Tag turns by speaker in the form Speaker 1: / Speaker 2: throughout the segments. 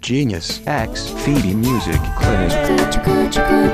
Speaker 1: Genius X Phoebe Music Clinic.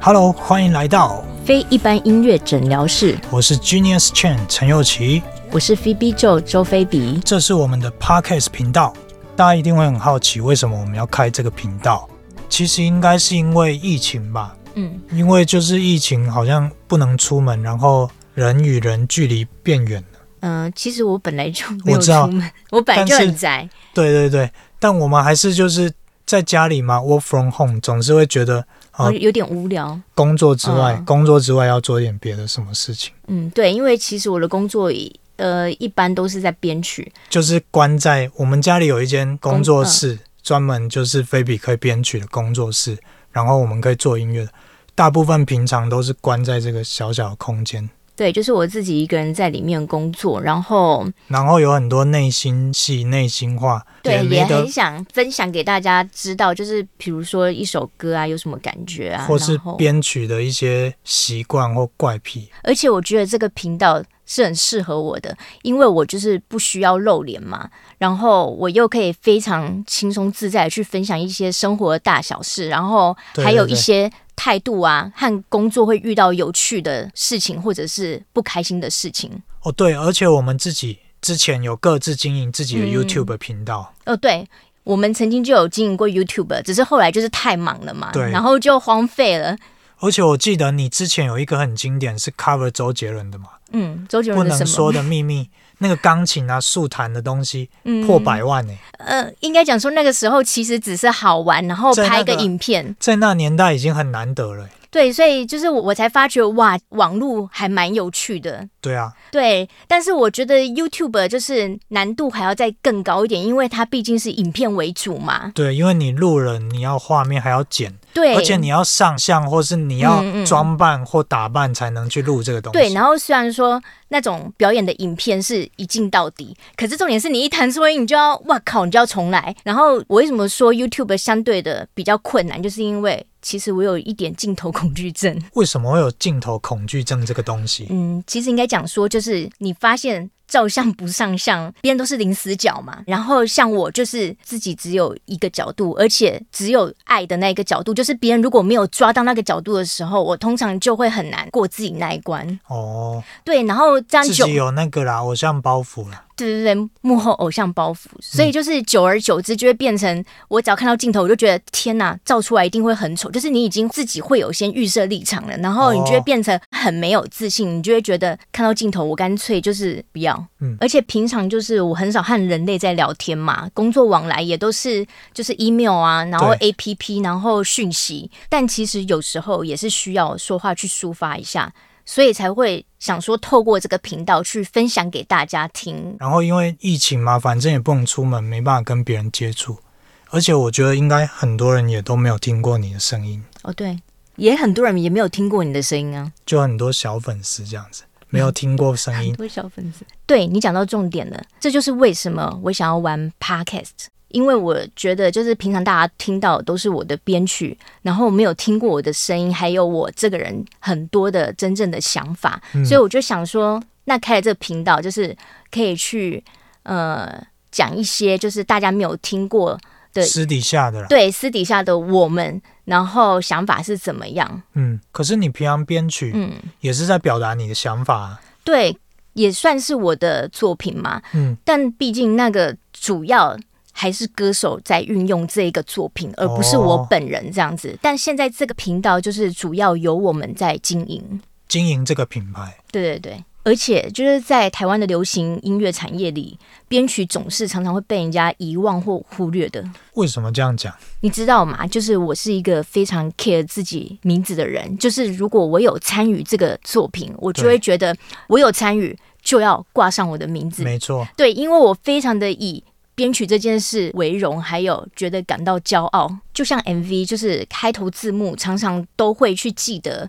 Speaker 2: Hello，欢迎来到，
Speaker 3: 非一般音乐诊疗室，
Speaker 2: 我是 Genius Chen 陈佑琪，
Speaker 3: 我是 Phoebe Joe 周菲比。
Speaker 2: 这是我们的 Podcast 频道。大家一定会很好奇，为什么我们要开这个频道？其实应该是因为疫情吧，
Speaker 3: 嗯，
Speaker 2: 因为就是疫情好像不能出门，然后人与人距离变远了。
Speaker 3: 嗯，其实我本来就没有
Speaker 2: 我知道
Speaker 3: 出门，我本来就
Speaker 2: 但是
Speaker 3: 很宅。
Speaker 2: 对对对，但我们还是就是在家里嘛，work from home，总是会觉得
Speaker 3: 我
Speaker 2: 哦
Speaker 3: 有点无聊。
Speaker 2: 工作之外，
Speaker 3: 嗯
Speaker 2: 工作之外要做点别的什么事情，
Speaker 3: 嗯，对，因为其实我的工作呃一般都是在编曲，
Speaker 2: 就是关在我们家里有一间工作
Speaker 3: 工
Speaker 2: 室，专门就是菲比可以编曲的工作室，然后我们可以做音乐的。大部分平常都是关在这个小小的空间，
Speaker 3: 对，就是我自己一个人在里面工作，然后
Speaker 2: 然后有很多内心戏、内心话，
Speaker 3: 对也
Speaker 2: 没得
Speaker 3: 很想分享给大家知道，就是比如说一首歌啊，有什么感觉啊，
Speaker 2: 或是
Speaker 3: 然后
Speaker 2: 编曲的一些习惯或怪癖。
Speaker 3: 而且我觉得这个频道是很适合我的，因为我就是不需要露脸嘛，然后我又可以非常轻松自在地去分享一些生活的大小事，然后
Speaker 2: 对
Speaker 3: 还有
Speaker 2: 对
Speaker 3: 一
Speaker 2: 对
Speaker 3: 些态度啊和工作会遇到有趣的事情或者是不开心的事情。
Speaker 2: 哦，对，而且我们自己之前有各自经营自己的
Speaker 3: 嗯
Speaker 2: YouTube 频道，
Speaker 3: 哦，对。我们曾经就有经营过 YouTube，只是后来就是太忙了嘛，
Speaker 2: 对
Speaker 3: 然后就荒废了。
Speaker 2: 而且我记得你之前有一个很经典是 cover 周杰伦的嘛，
Speaker 3: 嗯，周杰
Speaker 2: 不
Speaker 3: 伦的什
Speaker 2: 能
Speaker 3: 么？
Speaker 2: 说的秘密，那个钢琴啊、竖弹的东西
Speaker 3: 嗯
Speaker 2: 破百万呢、欸
Speaker 3: 呃，应该讲说那个时候其实只是好玩，然后
Speaker 2: 在那
Speaker 3: 拍个
Speaker 2: 个
Speaker 3: 影片。
Speaker 2: 在那年代已经很难得了欸、
Speaker 3: 对，所以就是我我才发觉哇，网络还蛮有趣的。
Speaker 2: 对啊，
Speaker 3: 对，但是我觉得 YouTube 就是难度还要再更高一点，因为它毕竟是影片为主嘛。
Speaker 2: 对，因为你路人你要画面还要剪，
Speaker 3: 对，
Speaker 2: 而且你要上相或是你要
Speaker 3: 嗯嗯
Speaker 2: 装扮或打扮才能去录这个东西。
Speaker 3: 对，然后虽然说那种表演的影片是一镜到底，可是重点是你一弹错音，你就要哇靠，你就要重来。然后我为什么说 YouTube 相对的比较困难，就是因为其实我有一点镜头恐惧症。
Speaker 2: 为什么会有镜头恐惧症这个东西？
Speaker 3: 嗯，其实应该讲说，就是你发现照相不上相，别人都是零死角嘛，然后像我就是自己只有一个角度，而且只有爱的那一个角度，就是别人如果没有抓到那个角度的时候，我通常就会很难过自己那一关。
Speaker 2: 哦，
Speaker 3: 对，然后这样
Speaker 2: 自
Speaker 3: 久，
Speaker 2: 己有那个啦，偶像包袱啦。
Speaker 3: 对对对，幕后偶像包
Speaker 2: 嗯
Speaker 3: 袱，所以就是久而久之就会变成，我只要看到镜头，我就觉得天哪，照出来一定会很丑。就是你已经自己会有先预设立场了，然后你就会
Speaker 2: 哦
Speaker 3: 变成很没有自信，你就会觉得看到镜头我干脆就是不要。
Speaker 2: 嗯
Speaker 3: 而且平常就是我很少和人类在聊天嘛，工作往来也都是就是 email 啊，然后 A P P，然后讯息，但其实有时候也是需要说话去抒发一下。所以才会想说，透过这个频道去分享给大家听，
Speaker 2: 然后因为疫情嘛，反正也不能出门，没办法跟别人接触。而且我觉得应该很多人也都没有听过你的声音，
Speaker 3: 哦，对，也很多人也没有听过你的声音啊，
Speaker 2: 就很多小粉丝这样子没有听过声音。
Speaker 3: 多小粉丝。对你讲到重点了，这就是为什么我想要玩 podcast，因为我觉得就是平常大家听到的都是我的编曲，然后没有听过我的声音，还有我这个人很多的真正的想法，所以我就想说，那开了这个频道，就是可以去呃讲一些就是大家没有听过。对
Speaker 2: 私底下的啦，
Speaker 3: 对私底下的我们，然后想法是怎么样？
Speaker 2: 嗯，可是你平常编曲
Speaker 3: 嗯，
Speaker 2: 也是在表达你的想法、啊，
Speaker 3: 对，也算是我的作品嘛。
Speaker 2: 嗯，
Speaker 3: 但毕竟那个主要还是歌手在运用这一个作品，而不是我本人这样子。但现在这个频道就是主要由我们在经营，
Speaker 2: 经营这个品牌，
Speaker 3: 对对对。而且就是在台湾的流行音乐产业里，编曲总是常常会被人家遗忘或忽略的。
Speaker 2: 为什么这样讲？
Speaker 3: 你知道吗？就是我是一个非常 care 自己名字的人，就是如果我有参与这个作品，我就
Speaker 2: 对
Speaker 3: 会觉得我有参与就要挂上我的名字。
Speaker 2: 没错，
Speaker 3: 对，因为我非常的以编曲这件事为荣，还有觉得感到骄傲。就像 MV，就是开头字幕，常常都会去记得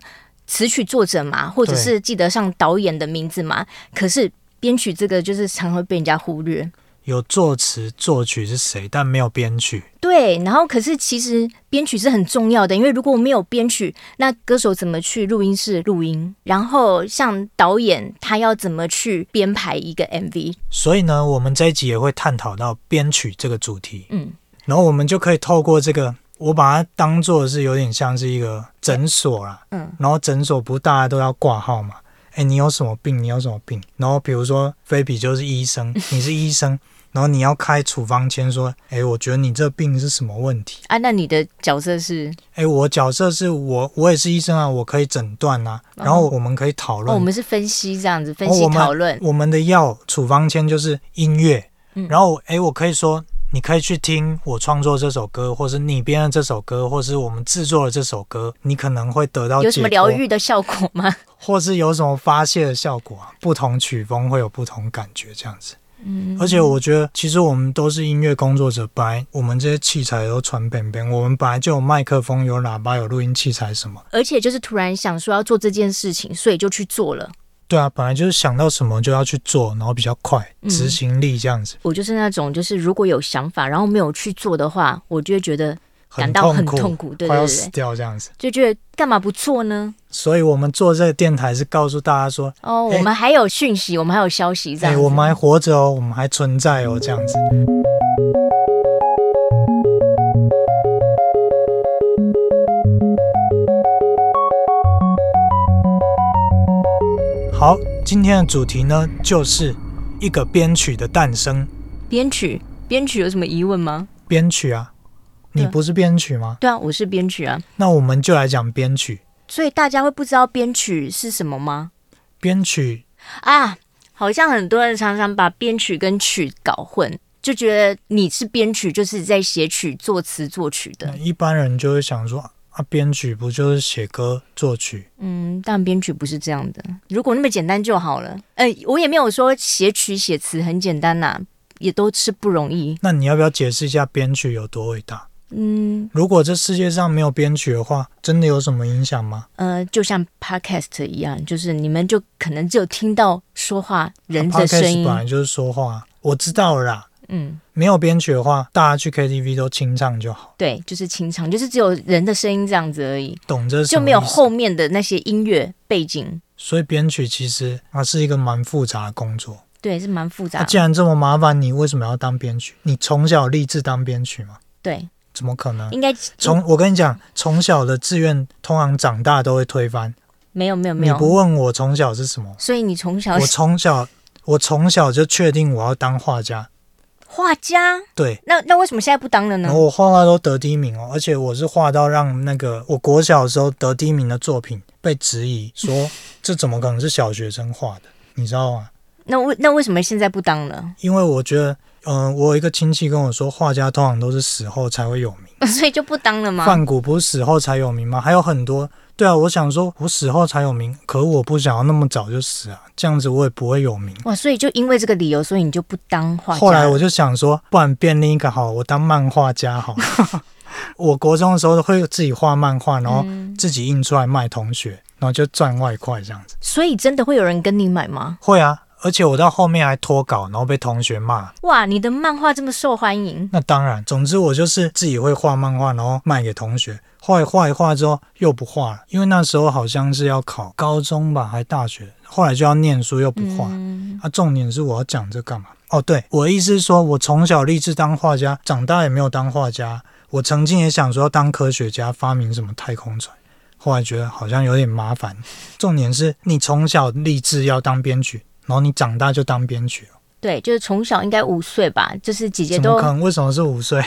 Speaker 3: 词曲作者嘛，或者
Speaker 2: 对
Speaker 3: 是记得上导演的名字嘛。可是编曲这个就是常会被人家忽略。
Speaker 2: 有作词作曲是谁，但没有编曲。
Speaker 3: 对，然后可是其实编曲是很重要的，因为如果我没有编曲，那歌手怎么去录音室录音？然后像导演他要怎么去编排一个 MV？
Speaker 2: 所以呢，我们这一集也会探讨到编曲这个主题，
Speaker 3: 嗯，
Speaker 2: 然后我们就可以透过这个，我把它当做是有点像是一个诊所啦，
Speaker 3: 嗯，
Speaker 2: 然后诊所不是大家都要挂号嘛？哎，你有什么病？你有什么病？然后比如说菲比就是医 生，你是医生，然后你要开处方签说，哎，我觉得你这病是什么问题？
Speaker 3: 啊，那你的角色是？
Speaker 2: 哎，我角色是我，我也是医生啊，我可以诊断啊，然后我们可以讨
Speaker 3: 哦，
Speaker 2: 论
Speaker 3: 我们是分析这样子，分
Speaker 2: 哦
Speaker 3: 析
Speaker 2: 我们
Speaker 3: 讨论。
Speaker 2: 我们的药处方签就是音乐，
Speaker 3: 嗯
Speaker 2: 然后诶，我可以说你可以去听我创作这首歌，或是你编的这首歌，或是我们制作的这首歌，你可能会得到
Speaker 3: 有什么
Speaker 2: 解哦
Speaker 3: 疗
Speaker 2: 脱，
Speaker 3: 愈的效果吗？
Speaker 2: 或是有什么发泄的效果啊？不同曲风会有不同感觉，这样子。嗯，而且我觉得，其实我们都是音乐工作者，本来我们这些器材都传本本，我们本来就有麦克风、有喇叭、有录音器材什么。
Speaker 3: 而且就是突然想说要做这件事情，所以就去做了。
Speaker 2: 对啊，本来就是想到什么就要去做，然后比较快，
Speaker 3: 嗯
Speaker 2: 执行力这样子。
Speaker 3: 我就是那种，就是如果有想法，然后没有去做的话，我就会觉得感
Speaker 2: 很
Speaker 3: 到
Speaker 2: 痛
Speaker 3: 很
Speaker 2: 苦，
Speaker 3: 痛苦，对
Speaker 2: 快
Speaker 3: 对
Speaker 2: 要
Speaker 3: 对
Speaker 2: 死
Speaker 3: 对，
Speaker 2: 掉这样子。
Speaker 3: 就觉得干嘛不做呢？
Speaker 2: 所以我们做这个电台是告诉大家说，
Speaker 3: 哦，
Speaker 2: 哎
Speaker 3: 我们还有讯息，我们还有消息，这
Speaker 2: 哎、
Speaker 3: 样子、
Speaker 2: 我们还活着哦，我们还存在哦，这样子。好，今天的主题呢，就是一个编曲的诞生。
Speaker 3: 编曲，编曲有什么疑问吗？
Speaker 2: 编曲啊，你
Speaker 3: 对
Speaker 2: 不是编曲吗？
Speaker 3: 对啊，我是编曲啊，
Speaker 2: 那我们就来讲编曲。
Speaker 3: 所以大家会不知道编曲是什么吗？
Speaker 2: 编曲
Speaker 3: 啊，好像很多人常常把编曲跟曲搞混，就觉得你是编曲，就是在写曲、作词、作曲
Speaker 2: 那
Speaker 3: 的。
Speaker 2: 一般人就会想说啊，编曲不就是写歌作曲？
Speaker 3: 嗯，但编曲不是这样的。如果那么简单就好了。呃，我也没有说写曲写词很简单呐、也都是不容易。
Speaker 2: 那你要不要解释一下编曲有多伟大？
Speaker 3: 嗯，
Speaker 2: 如果这世界上没有编曲的话，真的有什么影响吗？
Speaker 3: 呃，就像
Speaker 2: 啊
Speaker 3: podcast 一样，就是你们就可能只有听到说话人的
Speaker 2: Podcast
Speaker 3: 声音
Speaker 2: 本。来就是说话啊，我知道了啦。
Speaker 3: 嗯，
Speaker 2: 没有编曲的话，大家去 KTV 都清唱就好，
Speaker 3: 对，就是清唱，就是只有人的声音这样子而已，
Speaker 2: 懂这是什
Speaker 3: 就
Speaker 2: 么
Speaker 3: 没有
Speaker 2: 意思
Speaker 3: 后。面的那些音乐背景。
Speaker 2: 所以编曲其实它是一个蛮复杂的工作。
Speaker 3: 对，是啊蛮复
Speaker 2: 那、
Speaker 3: 杂的。
Speaker 2: 既然这么麻烦，你为什么要当编曲？你从小立志当编曲吗？
Speaker 3: 对，
Speaker 2: 怎么可能？
Speaker 3: 应该
Speaker 2: 啊从我跟你讲，从小的志愿通常长大都会推翻。
Speaker 3: 没有没有没哦
Speaker 2: 你不
Speaker 3: 有，
Speaker 2: 问我从小是什么，
Speaker 3: 所以你从小
Speaker 2: 我从小我从小就确定我要当画家，
Speaker 3: 画家，
Speaker 2: 对，
Speaker 3: 那那为什么现在不当了呢
Speaker 2: 然后？我画画都得第一名哦，而且我是画到让那个我国小的时候得第一名的作品被质 疑说这怎么可能是小学生画的，你知道吗？
Speaker 3: 那为那为什么现在不当了？
Speaker 2: 因为我觉得，嗯、我有一个亲戚跟我说，画家通常都是死后才会有名，
Speaker 3: 所以就不当了吗？
Speaker 2: 范谷不是死后才有名吗？还有很多。对啊，我想说，我死后才有名，可我不想要那么早就死啊，这样子我也不会有名。
Speaker 3: 哇，所以就因为这个理由，所以你就不当画家。
Speaker 2: 后来我就想说，不然变另一个好，我当漫画家好了。 我国中的时候会自己画漫画，然后
Speaker 3: 嗯
Speaker 2: 自己印出来卖同学，然后就赚外快这样子。
Speaker 3: 所以真的会有人跟你买吗？
Speaker 2: 会啊，而且我到后面还脱稿，然后被同学骂。
Speaker 3: 哇，你的漫画这么受欢迎，
Speaker 2: 那当然，总之我就是自己会画漫画，然后卖给同学。画一画一画之后又不画了，因为那时候好像是要考高中吧，还大学，后来就要念书又不画。
Speaker 3: 嗯，
Speaker 2: 啊，重点是我要讲这干嘛？哦，对，我的意思是说，我从小立志当画家，长大也没有当画家。我曾经也想说要当科学家，发明什么太空船，后来觉得好像有点麻烦。重点是你从小立志要当编曲，然后你长大就当编曲了，
Speaker 3: 对，就是从小应该五岁吧，就是姐姐
Speaker 2: 怎么
Speaker 3: 都
Speaker 2: 可能？为什么是五岁？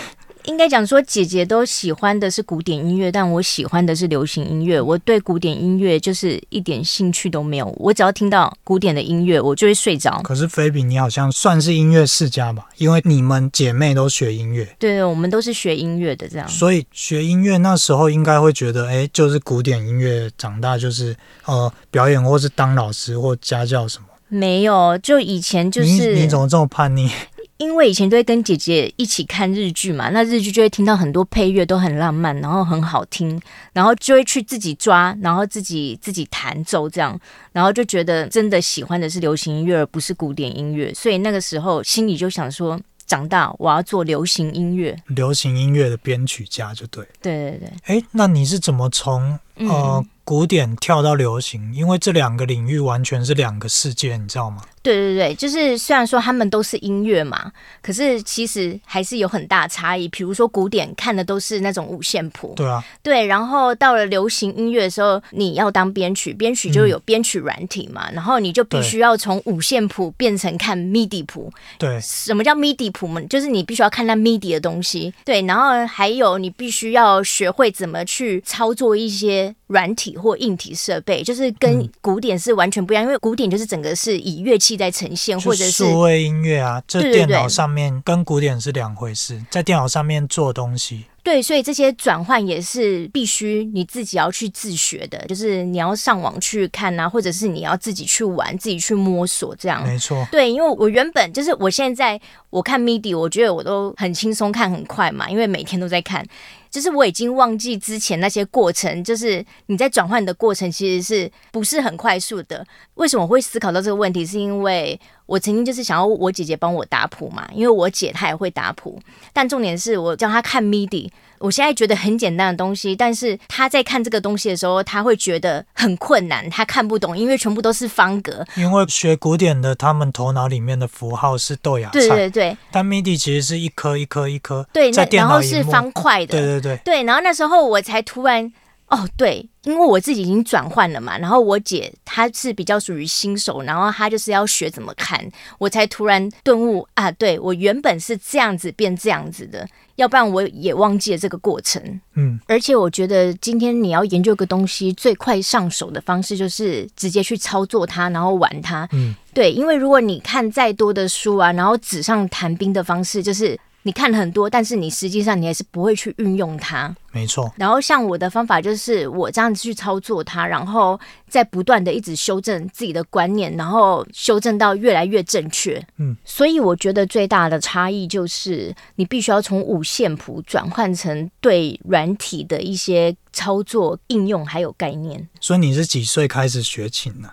Speaker 3: 应该讲说姐姐都喜欢的是古典音乐，但我喜欢的是流行音乐。我对古典音乐就是一点兴趣都没有，我只要听到古典的音乐，我就会睡着。
Speaker 2: 可是菲比，你好像算是音乐世家吧？因为你们姐妹都学音乐，
Speaker 3: 对对，我们都是学音乐的，这样
Speaker 2: 所以学音乐那时候应该会觉得，哎，就是古典音乐，长大就是呃表演或是当老师或家教什么。
Speaker 3: 没有。就以前就
Speaker 2: 你你
Speaker 3: 是
Speaker 2: 怎么这么叛逆？
Speaker 3: 因为以前都会跟姐姐一起看日剧嘛，那日剧就会听到很多配乐都很浪漫，然后很好听，然后就会去自己抓，然后自己自己弹奏这样，然后就觉得真的喜欢的是流行音乐，而不是古典音乐，所以那个时候心里就想说，长大我要做流行音乐。
Speaker 2: 流行音乐的编曲家就对了。
Speaker 3: 对对对，
Speaker 2: 哎，那你是怎么从
Speaker 3: 嗯
Speaker 2: 呃古典跳到流行？因为这两个领域完全是两个世界，你知道吗？
Speaker 3: 对对对，就是虽然说他们都是音乐嘛，可是其实还是有很大差异。比如说古典看的都是那种五线谱，
Speaker 2: 对啊，
Speaker 3: 对，然后到了流行音乐的时候，你要当编曲，编曲就有编曲软体嘛，然后你就必须要从五线谱变成看 MIDI 谱。
Speaker 2: 对，
Speaker 3: 什么叫 MIDI 谱嘛？就是你必须要看那 MIDI 的东西，对，然后还有你必须要学会怎么去操作一些软体或硬体设备，就是跟古典是完全不一样，因为古典就是整个是以乐器在呈现，
Speaker 2: 就
Speaker 3: 或者是
Speaker 2: 数位音乐啊，这
Speaker 3: 对对
Speaker 2: 电
Speaker 3: 对
Speaker 2: 脑上面跟古典是两回事，在电脑上面做东西。
Speaker 3: 对，所以这些转换也是必须你自己要去自学的，就是你要上网去看啊，或者是你要自己去玩、自己去摸索这样。
Speaker 2: 没错，
Speaker 3: 对，因为我原本就是我现在我看 MIDI，我觉得我都很轻松看很快嘛，因为每天都在看。就是我已经忘记之前那些过程，就是你在转换的过程其实是不是很快速的？为什么我会思考到这个问题？是因为我曾经就是想要我姐姐帮我打谱嘛，因为我姐她也会打谱，但重点是我叫她看 MIDI。我现在觉得很简单的东西，但是她在看这个东西的时候，她会觉得很困难，她看不懂，因为全部都是方格。
Speaker 2: 因为学古典的，他们头脑里面的符号是豆芽
Speaker 3: 对
Speaker 2: 菜，
Speaker 3: 对对，
Speaker 2: 但 MIDI 其实是一颗一颗一颗，
Speaker 3: 对，那
Speaker 2: 在电
Speaker 3: 然
Speaker 2: 脑
Speaker 3: 后
Speaker 2: 荧
Speaker 3: 是
Speaker 2: 幕，
Speaker 3: 方块的，
Speaker 2: 对对对，
Speaker 3: 对然后那时候我才突然，哦，对，因为我自己已经转换了嘛，然后我姐她是比较属于新手，然后她就是要学怎么看，我才突然顿悟啊，对我原本是这样子变这样子的，要不然我也忘记了这个过程。
Speaker 2: 嗯，
Speaker 3: 而且我觉得今天你要研究个东西，最快上手的方式就是直接去操作它，然后玩它。
Speaker 2: 嗯，
Speaker 3: 对，因为如果你看再多的书啊，然后纸上谈兵的方式，就是你看了很多，但是你实际上你还是不会去运用它。
Speaker 2: 没错，
Speaker 3: 然后像我的方法就是我这样子去操作它，然后再不断的一直修正自己的观念，然后修正到越来越正确。
Speaker 2: 嗯，
Speaker 3: 所以我觉得最大的差异就是你必须要从五线谱转换成对软体的一些操作应用还有概念。
Speaker 2: 所以你是几岁开始学琴呢、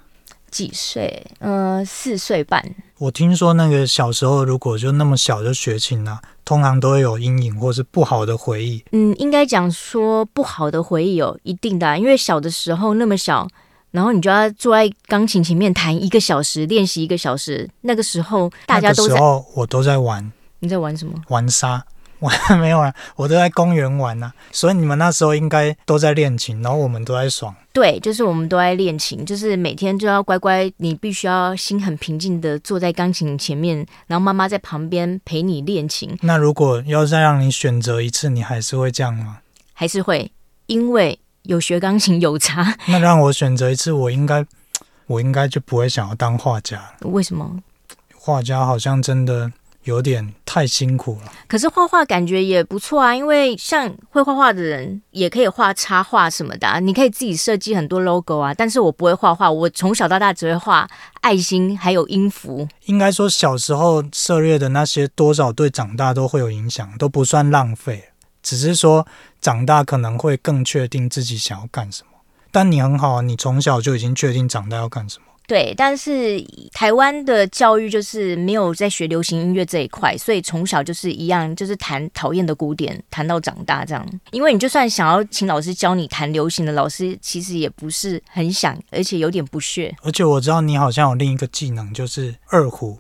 Speaker 3: 几岁？呃，四岁半。
Speaker 2: 我听说那个小时候，如果就那么小就学琴呢、通常都会有阴影或是不好的回忆。
Speaker 3: 嗯，应该讲说不好的回忆有一定的啊、因为小的时候那么小，然后你就要坐在钢琴前面弹一个小时，练习一个小时。那个时候大家都
Speaker 2: 那个
Speaker 3: 在
Speaker 2: 时候我都在玩
Speaker 3: 你在玩什么？
Speaker 2: 玩沙， 玩没有啊，我都在公园玩呐、所以你们那时候应该都在练琴，然后我们都在爽。
Speaker 3: 对，就是我们都在练琴，就是每天就要乖乖，你必须要心很平静的坐在钢琴前面，然后妈妈在旁边陪你练琴，
Speaker 2: 那如果要再让你选择一次，你还是会这样吗？
Speaker 3: 还是会因为有学钢琴有差，
Speaker 2: 那让我选择一次，我应该我应该就不会想要当画家了。
Speaker 3: 为什么？
Speaker 2: 画家好像真的有点太辛苦了。
Speaker 3: 可是画画感觉也不错啊，因为像会画画的人也可以画插画什么的、啊，你可以自己设计很多 logo 啊。但是我不会画画，我从小到大只会画爱心还有音符。
Speaker 2: 应该说小时候涉猎的那些，多少对长大都会有影响，都不算浪费，只是说长大可能会更确定自己想要干什么。但你很好啊，你从小就已经确定长大要干什么。
Speaker 3: 对，但是台湾的教育就是没有在学流行音乐这一块，所以从小就是一样，就是弹讨厌的古典，弹到长大这样。因为你就算想要请老师教你弹流行的，老师其实也不是很想，而且有点不屑。
Speaker 2: 而且我知道你好像有另一个技能，就是二胡，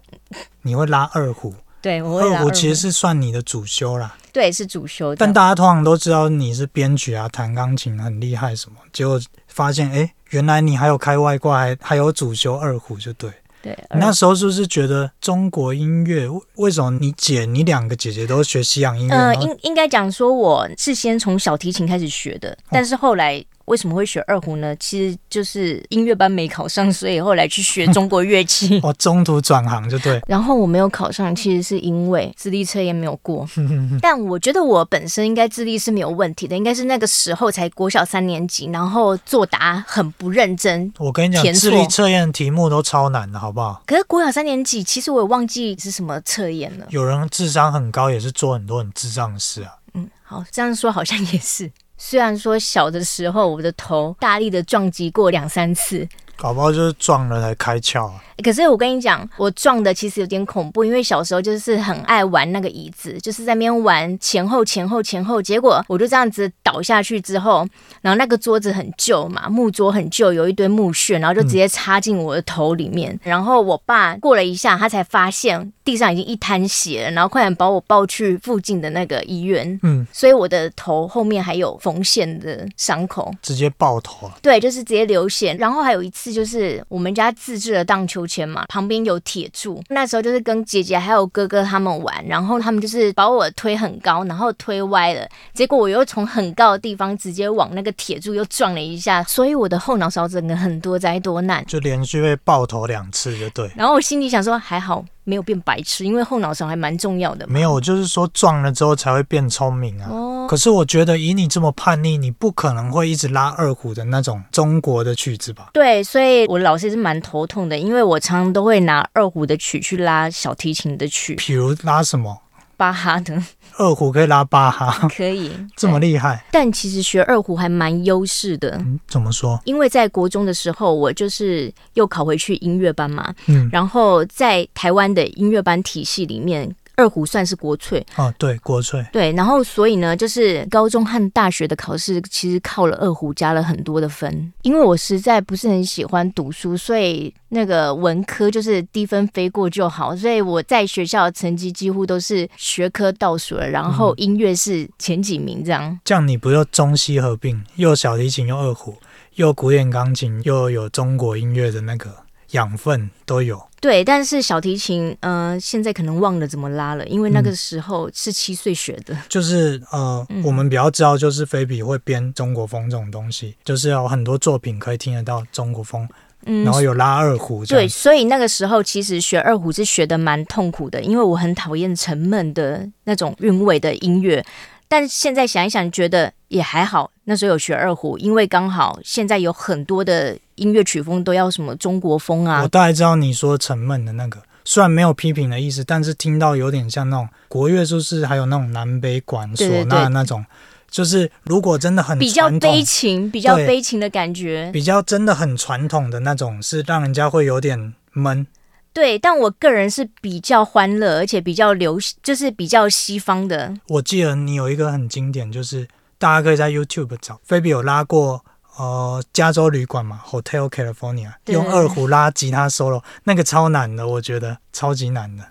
Speaker 2: 你会拉二胡。
Speaker 3: 对，我会
Speaker 2: 二
Speaker 3: 拉
Speaker 2: 胡哦其实是算你的主修啦，
Speaker 3: 对是主修的，
Speaker 2: 但大家通常都知道你是编曲啊、弹钢琴很厉害什么，结果发现哎、诶原来你还有开外挂，还还有主修二胡，就对。
Speaker 3: 对
Speaker 2: 你那时候是不是觉得中国音乐为为什么你姐你两个姐姐都学西洋音乐？
Speaker 3: 呃，
Speaker 2: 然后。
Speaker 3: 应应该讲说，我是先从小提琴开始学的，但是后来为什么会学二胡呢？其实就是音乐班没考上，所以后来去学中国乐器，
Speaker 2: 哦，中途转行就对
Speaker 3: 然后我没有考上，其实是因为智力测验没有过。 但我觉得我本身应该智力是没有问题的，应该是那个时候才国小三年级，然后作答很不认真。
Speaker 2: 我跟你讲，
Speaker 3: 填错
Speaker 2: 智力测验题目都超难的，好不好？
Speaker 3: 可是国小三年级，其实我也忘记是什么测验了。
Speaker 2: 有人智商很高，也是做很多很智障的事啊。
Speaker 3: 嗯，好，这样说好像 也是。虽然说小的时候我的头大力的撞击过两三次，
Speaker 2: 搞不好就是撞了才开窍啊。
Speaker 3: 可是我跟你讲，我撞的其实有点恐怖，因为小时候就是很爱玩那个椅子，就是在那边玩前后前后前后，结果我就这样子倒下去之后，然后那个桌子很旧嘛，木桌很旧，有一堆木屑，然后就直接插进我的头里面。然后我爸过了一下，他才发现地上已经一滩血了，然后快点把我抱去附近的那个医院。
Speaker 2: 嗯，
Speaker 3: 所以我的头后面还有缝线的伤口，
Speaker 2: 直接爆头啊了。
Speaker 3: 对，就是直接流血。然后还有一次就是我们家自制的荡秋千嘛，旁边有铁柱，那时候就是跟姐姐还有哥哥他们玩，然后他们就是把我推很高，然后推歪了，结果我又从很高的地方直接往那个铁柱又撞了一下，所以我的后脑勺整个很多灾多难。
Speaker 2: 就连续被爆头两次，就对。
Speaker 3: 然后我心里想说，还好没有变白痴，因为后脑勺还蛮重要的嘛。
Speaker 2: 没有，我就是说撞了之后才会变聪明啊。
Speaker 3: 哦
Speaker 2: 可是我觉得以你这么叛逆，你不可能会一直拉二胡的那种中国的曲子吧？
Speaker 3: 对，所以我老师也是蛮头痛的，因为我常常都会拿二胡的曲去拉小提琴的曲，
Speaker 2: 比如拉什么
Speaker 3: 巴哈的
Speaker 2: 二胡可以拉巴哈，
Speaker 3: 可以。
Speaker 2: 这么
Speaker 3: 对
Speaker 2: 厉害？
Speaker 3: 但其实学二胡还蛮优势的，
Speaker 2: 嗯，怎么说？
Speaker 3: 因为在国中的时候，我就是又考回去音乐班嘛，
Speaker 2: 嗯，
Speaker 3: 然后在台湾的音乐班体系里面，二胡算是国粹，
Speaker 2: 哦，对，国粹。
Speaker 3: 对，然后所以呢，就是高中和大学的考试，其实靠了二胡加了很多的分。因为我实在不是很喜欢读书，所以那个文科就是低分飞过就好。所以我在学校的成绩几乎都是学科倒数了，然
Speaker 2: 嗯
Speaker 3: 后音乐是前几名这样。
Speaker 2: 这样你不就中西合并，又小提琴又二胡，又古典钢琴，又有中国音乐的那个养分都有。
Speaker 3: 对，但是小提琴，嗯、现在可能忘了怎么拉了，因为那
Speaker 2: 嗯
Speaker 3: 个时候是七岁学的。
Speaker 2: 就是呃，
Speaker 3: 嗯
Speaker 2: 我们比较知道，就是菲比会编中国风这种东西，就是有很多作品可以听得到中国风，
Speaker 3: 嗯，
Speaker 2: 然后有拉二胡这
Speaker 3: 对，
Speaker 2: 样。
Speaker 3: 所以那个时候其实学二胡是学的蛮痛苦的，因为我很讨厌沉闷的那种韵味的音乐。但现在想一想，觉得也还好。那时候有学二胡，因为刚好现在有很多的音乐曲风都要什么中国风啊
Speaker 2: 我，大概知道你说沉闷的那个，虽然没有批评的意思，但是听到有点像那种国乐，就是还有那种南北管
Speaker 3: 对对
Speaker 2: 唢
Speaker 3: 对
Speaker 2: 呐那种，就是如果真的很
Speaker 3: 比较
Speaker 2: 传统
Speaker 3: 悲情，比较
Speaker 2: 对
Speaker 3: 悲情的感觉。
Speaker 2: 比较真的很传统的那种，是让人家会有点闷。
Speaker 3: 对，但我个人是比较欢乐，而且比较流，就是比较西方的。
Speaker 2: 我记得你有一个很经典，就是大家可以在 YouTube 找，菲比有拉过呃加州旅馆嘛，Hotel California，
Speaker 3: 对
Speaker 2: 用二胡拉吉他 solo，那个超难的，我觉得超级难的。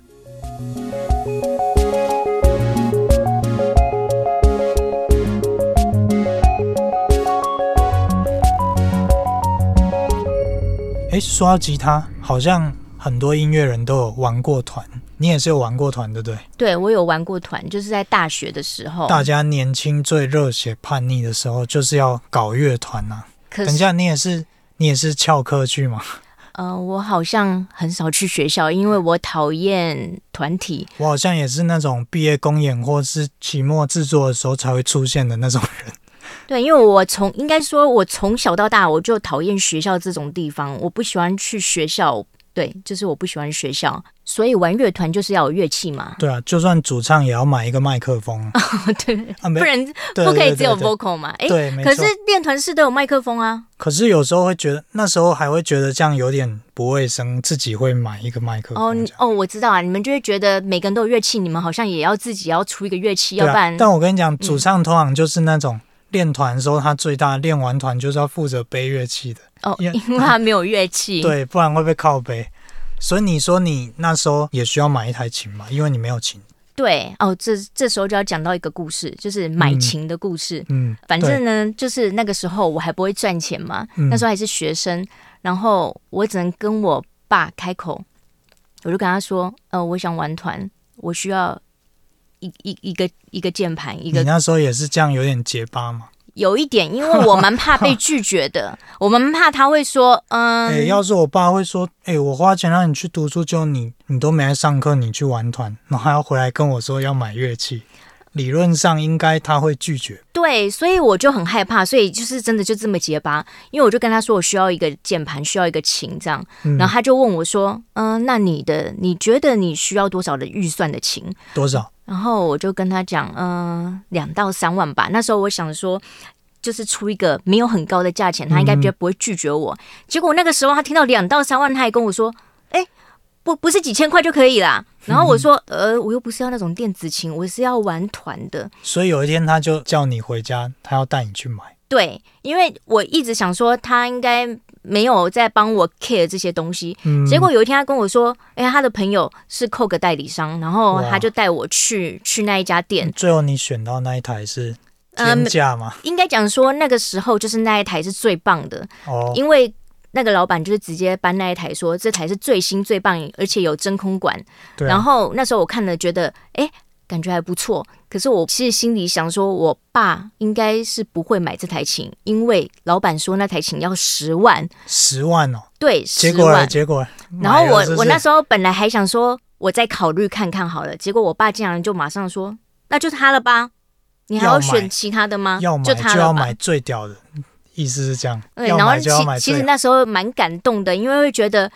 Speaker 2: 诶，说到吉他，好像很多音乐人都有玩过团，你也是有玩过团，对不对？
Speaker 3: 对我有玩过团，就是在大学的时候。
Speaker 2: 大家年轻最热血叛逆的时候，就是要搞乐团呐。
Speaker 3: 可
Speaker 2: 等一
Speaker 3: 是
Speaker 2: 下，你也是你也是翘课去 吗？
Speaker 3: 呃，我好像很少去学校，因为我讨厌团体。
Speaker 2: 我好像也是那种毕业公演或是期末制作的时候才会出现的那种 人。
Speaker 3: 对，因为我从应该说，我从小到大我就讨厌学校这种地方，我不喜欢去学校。对，就是我不喜欢学校，所以玩乐团就是要有乐器嘛。
Speaker 2: 对啊，就算主唱也要买一个麦克风啊
Speaker 3: 对，
Speaker 2: 啊，没
Speaker 3: 不然
Speaker 2: 对
Speaker 3: 不可以只有
Speaker 2: 对对
Speaker 3: vocal 嘛。哎
Speaker 2: 对，对，没
Speaker 3: 可
Speaker 2: 错。
Speaker 3: 是练团式都有麦克风啊。
Speaker 2: 可是有时候会觉得，那时候还会觉得这样有点不卫生，自己会买一个麦克
Speaker 3: 哦
Speaker 2: 风
Speaker 3: 你
Speaker 2: 这样。
Speaker 3: 哦，我知道啊，你们就会觉得每个人都有乐器，你们好像也要自己要出一个乐器，要嗯
Speaker 2: 对
Speaker 3: 不
Speaker 2: 啊
Speaker 3: 然，
Speaker 2: 但我跟你讲，主唱通常就是那种练团的时候，他最大练完团就是要负责背乐器的。
Speaker 3: 哦，
Speaker 2: 因为
Speaker 3: 因为他没有乐器。
Speaker 2: 对，不然会被靠背。所以你说你那时候也需要买一台琴嘛，因为你没有琴。
Speaker 3: 对哦，这这时候就要讲到一个故事，就是买
Speaker 2: 嗯
Speaker 3: 琴的故事。
Speaker 2: 嗯，
Speaker 3: 反
Speaker 2: 对
Speaker 3: 正呢，就是那个时候我还不会赚钱嘛，
Speaker 2: 嗯
Speaker 3: 那时候还是学生，然后我只能跟我爸开口，我就跟他说，呃，我想玩团，我需要一一一个一个键盘，一
Speaker 2: 你
Speaker 3: 个
Speaker 2: 那时候也是这样，有点结巴嘛。
Speaker 3: 有一点，因为我蛮怕被拒绝的，我蛮怕他会说，嗯，
Speaker 2: 哎、要是我爸会说，哎、我花钱让你去读书，就你你都没来上课，你去玩团，然后还要回来跟我说要买乐器，理论上应该他会拒绝。
Speaker 3: 对，所以我就很害怕，所以就是真的就这么结巴，因为我就跟他说我需要一个键盘，需要一个琴这样，
Speaker 2: 嗯
Speaker 3: 然后他就问我说，嗯、那你的你觉得你需要多少的预算的琴？
Speaker 2: 多少？
Speaker 3: 然后我就跟他讲，嗯、两到三万吧。那时候我想说，就是出一个没有很高的价钱，他应该比较不会拒绝我。结果那个时候他听到两到三万，他还跟我说：“哎、不不是几千块就可以啦。”然后我说：“呃，我又不是要那种电子琴，我是要玩团的。”
Speaker 2: 所以有一天他就叫你回家，他要带你去买。
Speaker 3: 对，因为我一直想说他应该没有在帮我 care 这些东西。
Speaker 2: 嗯，
Speaker 3: 结果有一天他跟我说，哎、他的朋友是扣个代理商，然后
Speaker 2: 哇嗯
Speaker 3: 他就带我去去那一家店。
Speaker 2: 最后你选到那一台是天
Speaker 3: 嗯
Speaker 2: 价吗？
Speaker 3: 应该讲说那个时候就是那一台是最棒的，
Speaker 2: 哦，
Speaker 3: 因为那个老板就是直接搬那一台说这台是最新最棒，而且有真空管。
Speaker 2: 对啊，
Speaker 3: 然后那时候我看了觉得，哎、感觉还不错。可是我其实心里想说，我爸应该是不会买这台琴，因为老板说那台琴要十万，
Speaker 2: 十万哦，
Speaker 3: 对，
Speaker 2: 结
Speaker 3: 十
Speaker 2: 果嘞
Speaker 3: 万。
Speaker 2: 结果嘞，
Speaker 3: 然后
Speaker 2: 买了
Speaker 3: 我
Speaker 2: 是不
Speaker 3: 我
Speaker 2: 是
Speaker 3: 那时候本来还想说我再考虑看看好了，结果我爸竟然就马上说那就他了吧，你还
Speaker 2: 要
Speaker 3: 要
Speaker 2: 买
Speaker 3: 选其他的吗？
Speaker 2: 要买
Speaker 3: 就他
Speaker 2: 就要
Speaker 3: 了吧。
Speaker 2: 买最屌的，意思是这样。
Speaker 3: 对，
Speaker 2: 要
Speaker 3: 然后
Speaker 2: 买就要买
Speaker 3: 其其
Speaker 2: 最
Speaker 3: 实
Speaker 2: 好。
Speaker 3: 那时候蛮感动的，因为会觉得，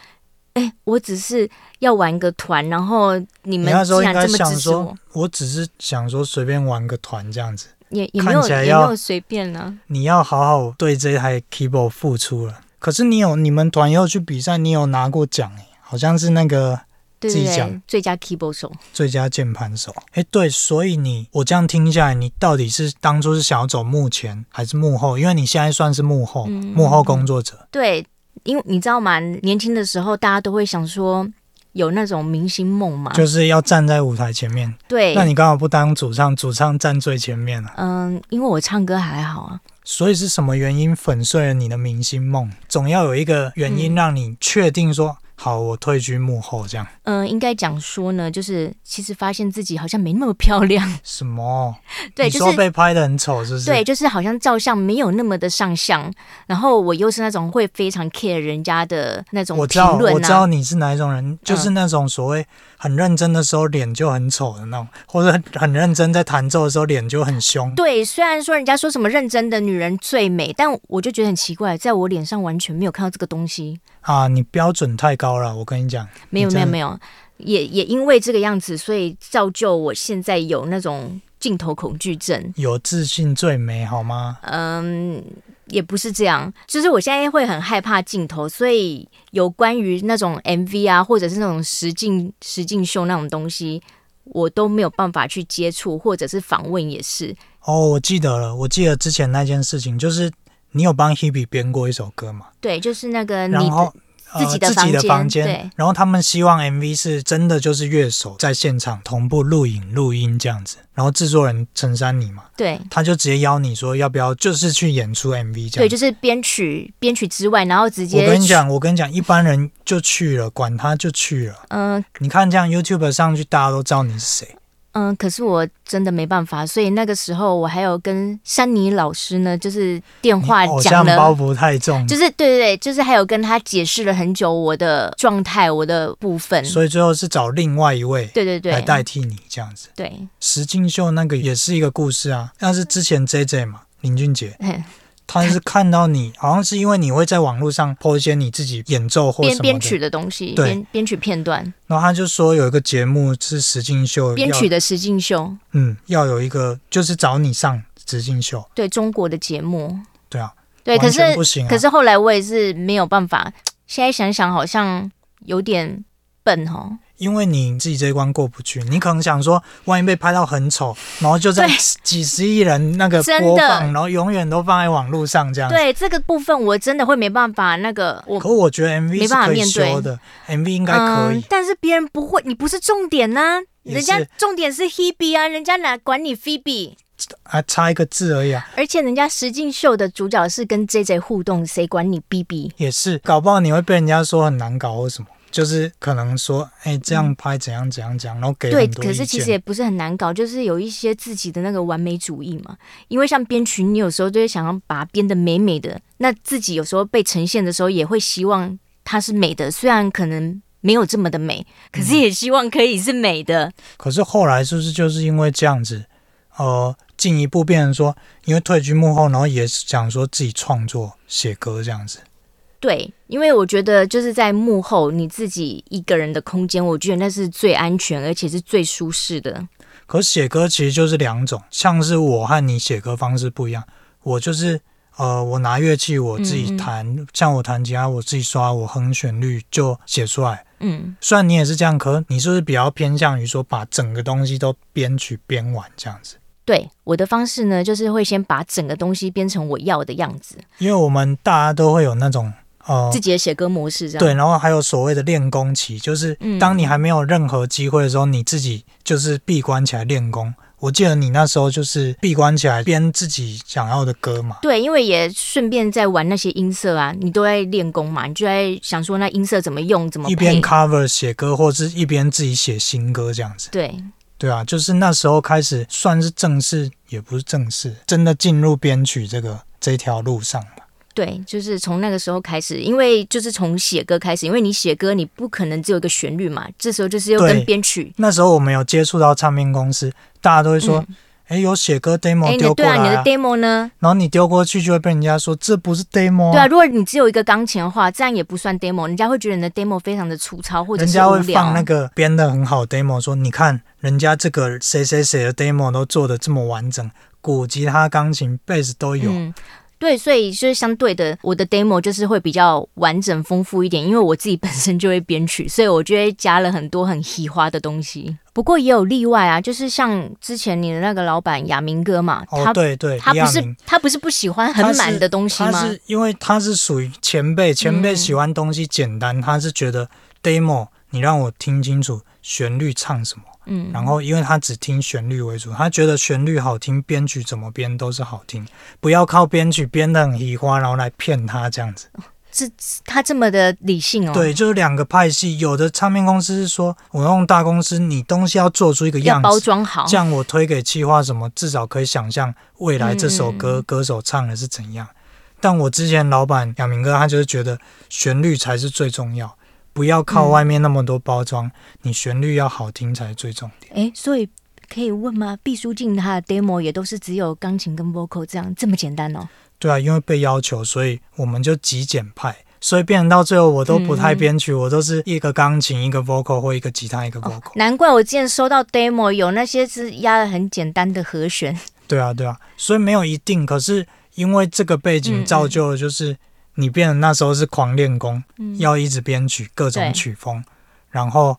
Speaker 3: 哎、我只是要玩个团，然后你
Speaker 2: 你
Speaker 3: 们
Speaker 2: 那时候
Speaker 3: 竟
Speaker 2: 应
Speaker 3: 然
Speaker 2: 该
Speaker 3: 这么
Speaker 2: 想
Speaker 3: 支持
Speaker 2: 说
Speaker 3: 我，，
Speaker 2: 我只是想说随便玩个团这样子。
Speaker 3: 也也
Speaker 2: 看
Speaker 3: 没有
Speaker 2: 起来
Speaker 3: 也没
Speaker 2: 要
Speaker 3: 有随便啊呢、
Speaker 2: 你要好好对这台 keyboard 付出了。可是你有你们团以后去比赛，你有拿过奖诶、好像是那个
Speaker 3: 对
Speaker 2: 自
Speaker 3: 对
Speaker 2: 己
Speaker 3: 对
Speaker 2: 讲，
Speaker 3: 最佳 keyboard 手，
Speaker 2: 最佳键盘手。诶、对，所以你我这样听下来，你到底是当初是想要走幕前还是幕后？因为你现在算是幕后、
Speaker 3: 嗯
Speaker 2: 幕后工作者，
Speaker 3: 对，因为你知道吗？年轻的时候大家都会想说有那种明星梦嘛，
Speaker 2: 就是要站在舞台前面。
Speaker 3: 对，
Speaker 2: 那你刚好不当主唱，主唱站最前面啊。
Speaker 3: 嗯，因为我唱歌还好啊，
Speaker 2: 所以是什么原因粉碎了你的明星梦？总要有一个原因让你确定说、好，我退居幕后这样。
Speaker 3: 嗯，应该讲说呢，就是其实发现自己好像没那么漂亮，
Speaker 2: 什么？
Speaker 3: 对，
Speaker 2: 你
Speaker 3: 就
Speaker 2: 说
Speaker 3: 是
Speaker 2: 被拍的很丑， 是不是？
Speaker 3: 对，，就是好像照相没有那么的上相，然后我又是那种会非常 care 人家的那种
Speaker 2: 我知
Speaker 3: 评
Speaker 2: 道，我
Speaker 3: 论
Speaker 2: 知道
Speaker 3: 啊，
Speaker 2: 你是哪一种人，就是那种所谓很认真的时候脸就很丑的那种，或者很很认真在弹奏的时候脸就很凶。
Speaker 3: 对，虽然说人家说什么认真的女人最美，但我就觉得很奇怪，在我脸上完全没有看到这个东西，
Speaker 2: 啊，你标准太高了，我跟你讲。
Speaker 3: 没有
Speaker 2: 你
Speaker 3: 没
Speaker 2: 真
Speaker 3: 有
Speaker 2: 的
Speaker 3: 没有，也也因为这个样子，所以造就我现在有那种镜头恐惧症。
Speaker 2: 有自信最美，好吗？
Speaker 3: 嗯，也不是这样，就是我现在会很害怕镜头，所以有关于那种 MV 啊，或者是那种实境实境秀那种东西，我都没有办法去接触，或者是访问也是。
Speaker 2: 哦，我记得了，我记得之前那件事情，就是你有帮 Hebe 编过一首歌嘛？
Speaker 3: 对，就是那个你
Speaker 2: 然后
Speaker 3: 的。
Speaker 2: 呃
Speaker 3: 自己的
Speaker 2: 自己的
Speaker 3: 房间
Speaker 2: 房间
Speaker 3: 对，
Speaker 2: 然后他们希望 MV 是真的就是乐手在现场同步录影录音这样子，然后制作人陈珊妮嘛，
Speaker 3: 对
Speaker 2: 他就直接邀你说要不要就是去演出 MV 这
Speaker 3: 对，
Speaker 2: 样
Speaker 3: 就
Speaker 2: 子。
Speaker 3: 是编曲编曲之外，然后直接
Speaker 2: 我跟你讲，我跟你讲，一般人就去了，管他就去了。
Speaker 3: 嗯、
Speaker 2: 你看这样 YouTube 上去，大家都知道你是谁。
Speaker 3: 嗯，可是我真的没办法，所以那个时候我还有跟珊妮老师呢，就是电
Speaker 2: 你
Speaker 3: 话
Speaker 2: 偶
Speaker 3: 讲
Speaker 2: 像
Speaker 3: 了，
Speaker 2: 包袱太重，
Speaker 3: 就是对对对，就是还有跟他解释了很久我的状态、我的部分。
Speaker 2: 所以最后是找另外一位
Speaker 3: 对对对，
Speaker 2: 来代替你这样子。
Speaker 3: 对，
Speaker 2: 石敬秀那个也是一个故事啊，那是之前 J J 嘛，林俊杰，
Speaker 3: 嘿
Speaker 2: 他是看到你，好像是因为你会在网络上 po 一些你自己演奏或什
Speaker 3: 编
Speaker 2: 么的，
Speaker 3: 编曲的东西，
Speaker 2: 对
Speaker 3: 编编曲片段，
Speaker 2: 然后他就说有一个节目是石敬秀
Speaker 3: 编
Speaker 2: 要
Speaker 3: 曲的实境秀，
Speaker 2: 嗯，要有一个就是找你上石敬秀，
Speaker 3: 对中国的节目，
Speaker 2: 对啊，
Speaker 3: 对，可
Speaker 2: 完
Speaker 3: 是
Speaker 2: 全不行啊
Speaker 3: 可是后来我也是没有办法，现在想想好像有点笨哦。
Speaker 2: 因为你自己这一关过不去，你可能想说，万一被拍到很丑，然后就在
Speaker 3: 对
Speaker 2: 几十亿人那个
Speaker 3: 真的
Speaker 2: 播放，然后永远都放在网络上这样子。
Speaker 3: 对这个部分我真的会没办法，那个我
Speaker 2: 可我觉得 MV
Speaker 3: 没
Speaker 2: 是
Speaker 3: 办法
Speaker 2: 可以
Speaker 3: 面对
Speaker 2: 修的，MV 应该可以
Speaker 3: 嗯。，但是别人不会，你不是重点呐、
Speaker 2: 也
Speaker 3: 人家
Speaker 2: 是
Speaker 3: 重点是 Hebe 啊，人家哪管你 Phoebe？
Speaker 2: 还差一个字而已啊，
Speaker 3: 而且人家实境秀的主角是跟 J J 互动，谁管你 B B？
Speaker 2: 也是，搞不好你会被人家说很难搞或什么，就是可能说，哎、这样拍怎样怎样怎样，然后给
Speaker 3: 对，
Speaker 2: 很多
Speaker 3: 可
Speaker 2: 意
Speaker 3: 是
Speaker 2: 见。
Speaker 3: 其实也不是很难搞，就是有一些自己的那个完美主义嘛。因为像编曲，你有时候就会想要把它编得美美的，那自己有时候被呈现的时候，也会希望它是美的，虽然可能没有这么的美，可
Speaker 2: 嗯
Speaker 3: 是也希望可以是美的。
Speaker 2: 可是后来是不是就是因为这样子，呃，进一步变成说，因为退居幕后，然后也想说自己创作写歌这样子。
Speaker 3: 对，因为我觉得就是在幕后你自己一个人的空间，我觉得那是最安全而且是最舒适的。
Speaker 2: 可写歌其实就是两种，像是我和你写歌方式不一样。我就是呃，我拿乐器我自己弹，
Speaker 3: 嗯
Speaker 2: 像我弹吉他我自己刷，我哼旋律就写出来。
Speaker 3: 嗯，
Speaker 2: 虽然你也是这样，可你是不是比较偏向于说把整个东西都编曲编完这样子？
Speaker 3: 对，我的方式呢，就是会先把整个东西编成我要的样子，
Speaker 2: 因为我们大家都会有那种呃
Speaker 3: 自，己的写歌模式这样。
Speaker 2: 对，然后还有所谓的练功期，就是
Speaker 3: 嗯
Speaker 2: 当你还没有任何机会的时候，你自己就是闭关起来练功。我记得你那时候就是闭关起来编自己想要的歌嘛，
Speaker 3: 对，因为也顺便在玩那些音色啊，你都在练功嘛，你就在想说那音色怎么用，怎么
Speaker 2: 一
Speaker 3: 配
Speaker 2: 边。cover 写歌，或是一边自己写新歌这样子。
Speaker 3: 对，
Speaker 2: 对啊，就是那时候开始算是正式，也不是正式，真的进入编曲这个这条路上嘛。
Speaker 3: 对，就是从那个时候开始，因为就是从写歌开始，因为你写歌你不可能只有一个旋律嘛，这时候就是要
Speaker 2: 对
Speaker 3: 跟编曲。
Speaker 2: 那时候我们有接触到唱片公司，大家都会说
Speaker 3: 嗯，
Speaker 2: 哎、有写歌
Speaker 3: 哎、
Speaker 2: demo
Speaker 3: 你的
Speaker 2: 丢
Speaker 3: 对
Speaker 2: 过
Speaker 3: 啊，你
Speaker 2: 来、
Speaker 3: 的 demo 呢？
Speaker 2: 然后你丢过去就会被人家说这不是 demo，
Speaker 3: 对啊，如果你只有一个钢琴的话，这样也不算 demo，人家会觉得你的 demo 非常的粗糙或者
Speaker 2: 人
Speaker 3: 是
Speaker 2: 家
Speaker 3: 无
Speaker 2: 会
Speaker 3: 聊。啊
Speaker 2: 放那个编的很好的 demo，说你看人家这个谁谁谁的 demo 都做的这么完整，鼓、吉他、钢琴、贝斯都有。
Speaker 3: 嗯对，所以就是相对的，我的 demo 就是会比较完整丰富一点，因为我自己本身就会编曲，所以我就会加了很多很喜花的东西。不过也有例外啊，就是像之前你的那个老板亚明哥嘛，
Speaker 2: 哦，
Speaker 3: 他
Speaker 2: 对对，
Speaker 3: 他
Speaker 2: 李
Speaker 3: 不
Speaker 2: 亚
Speaker 3: 是
Speaker 2: 明
Speaker 3: 他不是不喜欢很满的东西
Speaker 2: 他
Speaker 3: 吗？
Speaker 2: 是因为他是属于前辈，前辈
Speaker 3: 嗯
Speaker 2: 喜欢东西简单，他是觉得 demo 你让我听清楚旋律唱什么，
Speaker 3: 嗯，
Speaker 2: 然后因为他只听旋律为主，他觉得旋律好听，编曲怎么编都是好听，不要靠编曲编得很移花，然后来骗他这样子。
Speaker 3: 他这么的理性哦，
Speaker 2: 对，就是两个派系，有的唱片公司是说我用大公司，你东西要做出一个
Speaker 3: 要
Speaker 2: 样
Speaker 3: 包
Speaker 2: 子。
Speaker 3: 装好
Speaker 2: 这。样我推给企划什么，至少可以想象未来这首歌、
Speaker 3: 嗯
Speaker 2: 歌手唱的是怎样。但我之前老板亚明哥，他就是觉得旋律才是最重要，不要靠
Speaker 3: 嗯
Speaker 2: 外面那么多包装，你旋律要好听才是最重点。
Speaker 3: 哎，所以可以问吗？毕书尽他的 demo 也都是只有钢琴跟 vocal 这样这么简单哦。
Speaker 2: 对啊，因为被要求，所以我们就极简派，所以变成到最后我都不太
Speaker 3: 嗯
Speaker 2: 编曲，我都是一个钢琴、一个 vocal 或一个吉他、一个 vocal。
Speaker 3: 难怪我之前收到 demo 有那些是压的很简单的和弦，
Speaker 2: 对啊，对啊，所以没有一定，可是因为这个背
Speaker 3: 嗯
Speaker 2: 景
Speaker 3: 嗯
Speaker 2: 造就了，就是你变得那时候是狂练功，
Speaker 3: 嗯
Speaker 2: 要一直编曲各
Speaker 3: 对
Speaker 2: 种曲风，然后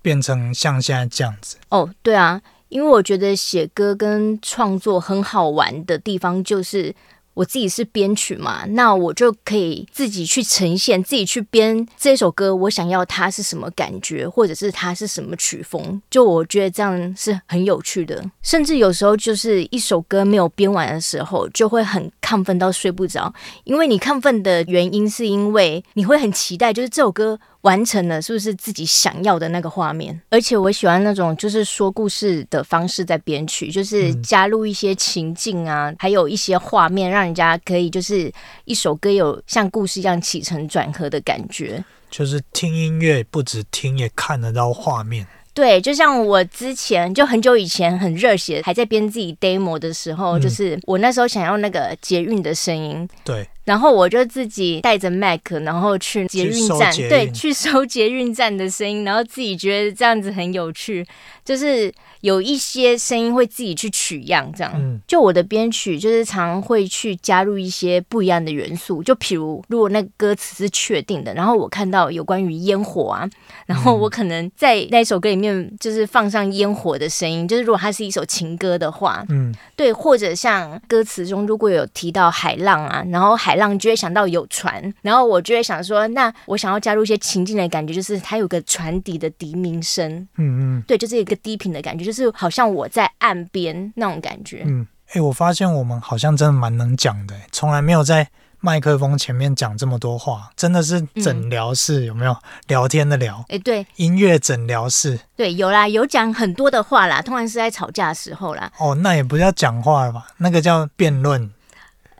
Speaker 2: 变成像现在这样子。
Speaker 3: 哦，对啊，因为我觉得写歌跟创作很好玩的地方就是。我自己是编曲嘛，那我就可以自己去呈现，自己去编这首歌，我想要它是什么感觉，或者是它是什么曲风，就我觉得这样是很有趣的。甚至有时候就是一首歌没有编完的时候，就会很亢奋到睡不着，因为你亢奋的原因是因为你会很期待，就是这首歌完成了，是不是自己想要的那个画面？而且我喜欢那种就是说故事的方式在编曲，就是加入一些情境啊，还有一些画面，让人家可以就是一首歌有像故事一样起承转合的感觉。
Speaker 2: 就是听音乐不止听，也看得到画面。
Speaker 3: 对，就像我之前就很久以前很热血，还在编自己 demo 的时候，
Speaker 2: 嗯
Speaker 3: 就是我那时候想要那个捷运的声音，
Speaker 2: 对，
Speaker 3: 然后我就自己带着 Mac，然后去捷运
Speaker 2: 去搜
Speaker 3: 站，
Speaker 2: 捷运
Speaker 3: 对，去收捷运站的声音，然后自己觉得这样子很有趣，就是有一些声音会自己去取样，这样。
Speaker 2: 嗯
Speaker 3: 就我的编曲，就是常会去加入一些不一样的元素，就譬如如果那个歌词是确定的，然后我看到有关于烟火
Speaker 2: 嗯
Speaker 3: 啊，然后我可能在那首歌里面就是放上烟火的声音，就是如果它是一首情歌的话，
Speaker 2: 嗯，
Speaker 3: 对，或者像歌词中如果有提到海浪啊，然后海浪就会想到有船，然后我就会想说，那我想要加入一些情境的感觉，就是它有个船底的笛鸣声，
Speaker 2: 嗯嗯
Speaker 3: 对，就是一个低频的感觉，就是好像我在岸边那种感觉。
Speaker 2: 嗯。哎、我发现我们好像真的蛮能讲的、从来没有在麦克风前面讲这么多话，真的是诊疗室、有没有？聊天的聊，
Speaker 3: 哎，对
Speaker 2: 音乐诊疗室。
Speaker 3: 对，有啦，有讲很多的话啦，通常是在吵架的时候啦，
Speaker 2: 哦，那也不叫讲话了吧？那个叫辩论。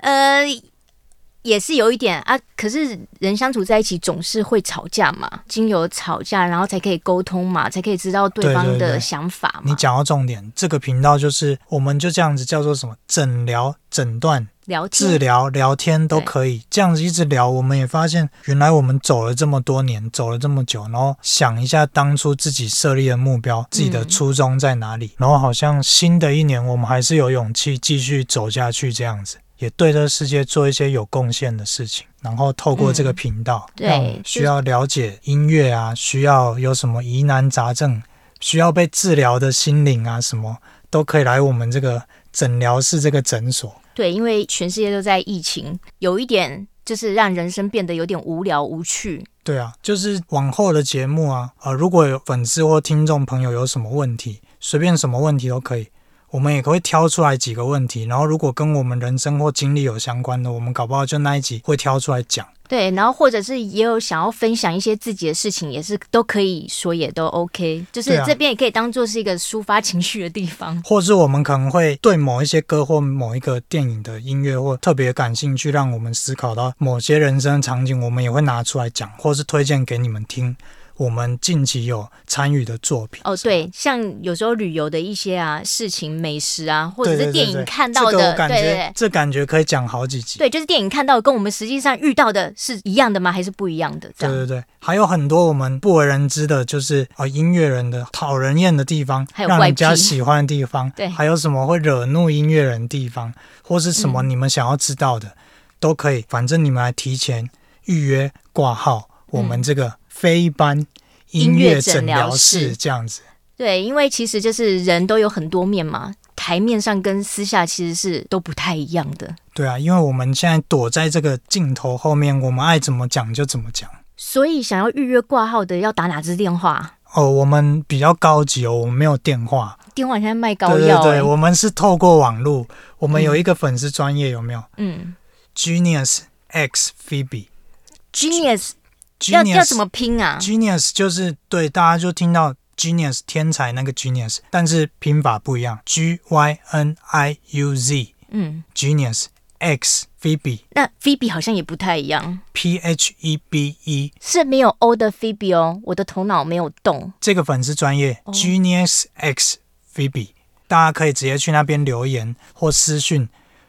Speaker 3: 呃，也是有一点啊。可是人相处在一起总是会吵架嘛，经由吵架，然后才可以沟通嘛，才可以知道对
Speaker 2: 对
Speaker 3: 方
Speaker 2: 对
Speaker 3: 的
Speaker 2: 对
Speaker 3: 想法嘛。
Speaker 2: 你讲到重点，这个频道就是我们就这样子叫做什么诊疗、诊断、
Speaker 3: 聊天
Speaker 2: 治疗、聊天都可以，这样子一直聊。我们也发现，原来我们走了这么多年，走了这么久，然后想一下当初自己设立的目标，自己的初
Speaker 3: 嗯
Speaker 2: 衷在哪里，然后好像新的一年我们还是有勇气继续走下去这样子。也对这个世界做一些有贡献的事情，然后透过这个频道，
Speaker 3: 嗯对
Speaker 2: 让我们需要了解音乐啊，需要有什么疑难杂症，需要被治疗的心灵啊，什么都可以来我们这个诊疗室这个诊所。
Speaker 3: 对，因为全世界都在疫情，有一点就是让人生变得有点无聊无趣。
Speaker 2: 对啊，就是往后的节目啊，呃，如果有粉丝或听众朋友有什么问题，随便什么问题都可以，我们也会挑出来几个问题，然后如果跟我们人生或经历有相关的，我们搞不好就那一集会挑出来讲。
Speaker 3: 对，然后或者是也有想要分享一些自己的事情，也是都可以说，也都 OK。就是
Speaker 2: 对啊
Speaker 3: 这边也可以当做是一个抒发情绪的地方。
Speaker 2: 或是我们可能会对某一些歌或某一个电影的音乐或特别感兴趣，让我们思考到某些人生场景，我们也会拿出来讲，或是推荐给你们听。我们近期有参与的作品
Speaker 3: 哦，对，像有时候旅游的一些啊事情、美食啊，或者
Speaker 2: 对对
Speaker 3: 是电
Speaker 2: 对
Speaker 3: 影
Speaker 2: 对
Speaker 3: 看到
Speaker 2: 这个
Speaker 3: 的，
Speaker 2: 我感觉
Speaker 3: 对对对
Speaker 2: 这感觉可以讲好几集。
Speaker 3: 对，就是电影看到的跟我们实际上遇到的是一样的吗？还是不一样的？这
Speaker 2: 对
Speaker 3: 样
Speaker 2: 对对，还有很多我们不为人知的，就是呃音乐人的讨人厌的地方，
Speaker 3: 还有
Speaker 2: 让
Speaker 3: 怪
Speaker 2: 人家
Speaker 3: 癖
Speaker 2: 喜欢的地方，
Speaker 3: 对
Speaker 2: 还有什么会惹怒音乐人的地方，或是什么
Speaker 3: 嗯
Speaker 2: 你们想要知道的，都可以。反正你们来提前预约挂号，我们
Speaker 3: 嗯
Speaker 2: 这个非班
Speaker 3: 音
Speaker 2: 音
Speaker 3: 乐
Speaker 2: 乐
Speaker 3: 诊
Speaker 2: 诊
Speaker 3: 疗
Speaker 2: 疗
Speaker 3: 室
Speaker 2: 室这样子。
Speaker 3: 对，因为其实就是人都有很多面嘛，台面上跟私下其实是都不太一样的，
Speaker 2: 对啊，因为我们现在躲在这个镜头后面，我们爱怎么讲就怎么讲。
Speaker 3: 所以想要预约挂号的要打哪支电话？
Speaker 2: 哦，我们比较高级哦，我们没有电话，
Speaker 3: 电话现在卖膏
Speaker 2: 对
Speaker 3: 药、
Speaker 2: 对
Speaker 3: 欸，
Speaker 2: 对，我们是透过网络，我们有一个粉丝专业，有没有、
Speaker 3: 嗯
Speaker 2: g e n i u s X Phoebe。
Speaker 3: ，Genius 要要
Speaker 2: Genius
Speaker 3: 怎么拼啊？
Speaker 2: Genius 就是对大家就听到 Genius 天才那个 Genius，但是拼法不一样，G Y N I U Z
Speaker 3: 嗯，
Speaker 2: Genius X Phoebe
Speaker 3: 那 Phoebe 好像也不太一样，
Speaker 2: P H E B E
Speaker 3: 是没有 O 的 Phoebe 哦，我的头脑没有动。
Speaker 2: 这个粉丝专业、Genius X Phoebe，大家可以直接去那边留言或私讯，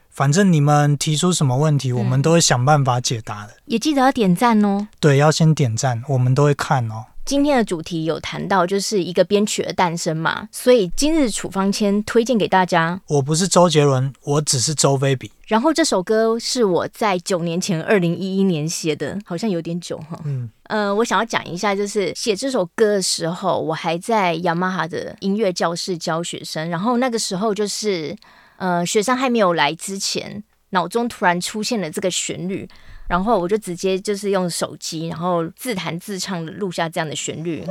Speaker 2: 反正你们提出什么问题，我们都会想办法解答的。
Speaker 3: 也记得要点赞哦。
Speaker 2: 对，要先点赞，我们都会看哦。
Speaker 3: 今天的主题有谈到就是一个编曲的诞生嘛，所以今日处方签推荐给大家。
Speaker 2: 我不是周杰伦，我只是周菲比。
Speaker 3: 然后这首歌是我在九年前，二零一一年写的，好像有点久哈。
Speaker 2: 嗯，
Speaker 3: 呃，我想要讲一下，就是写这首歌的时候，我还在雅马哈的音乐教室教学生，然后那个时候就是，呃，学生还没有来之前，脑中突然出现了这个旋律，然后我就直接就是用手机，然后自弹自唱的录下这样的旋律。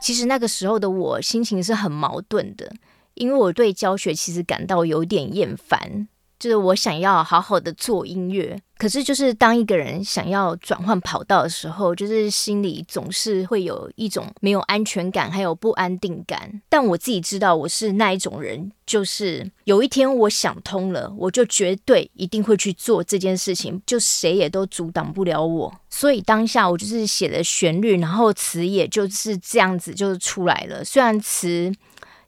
Speaker 3: 其实那个时候的我心情是很矛盾的，因为我对教学其实感到有点厌烦，就是我想要好好的做音乐，可是就是当一个人想要转换跑道的时候，就是心里总是会有一种没有安全感，还有不安定感。但我自己知道我是那一种人，就是有一天我想通了，我就绝对一定会去做这件事情，就谁也都阻挡不了我。所以当下我就是写了旋律，然后词也就是这样子就出来了。虽然词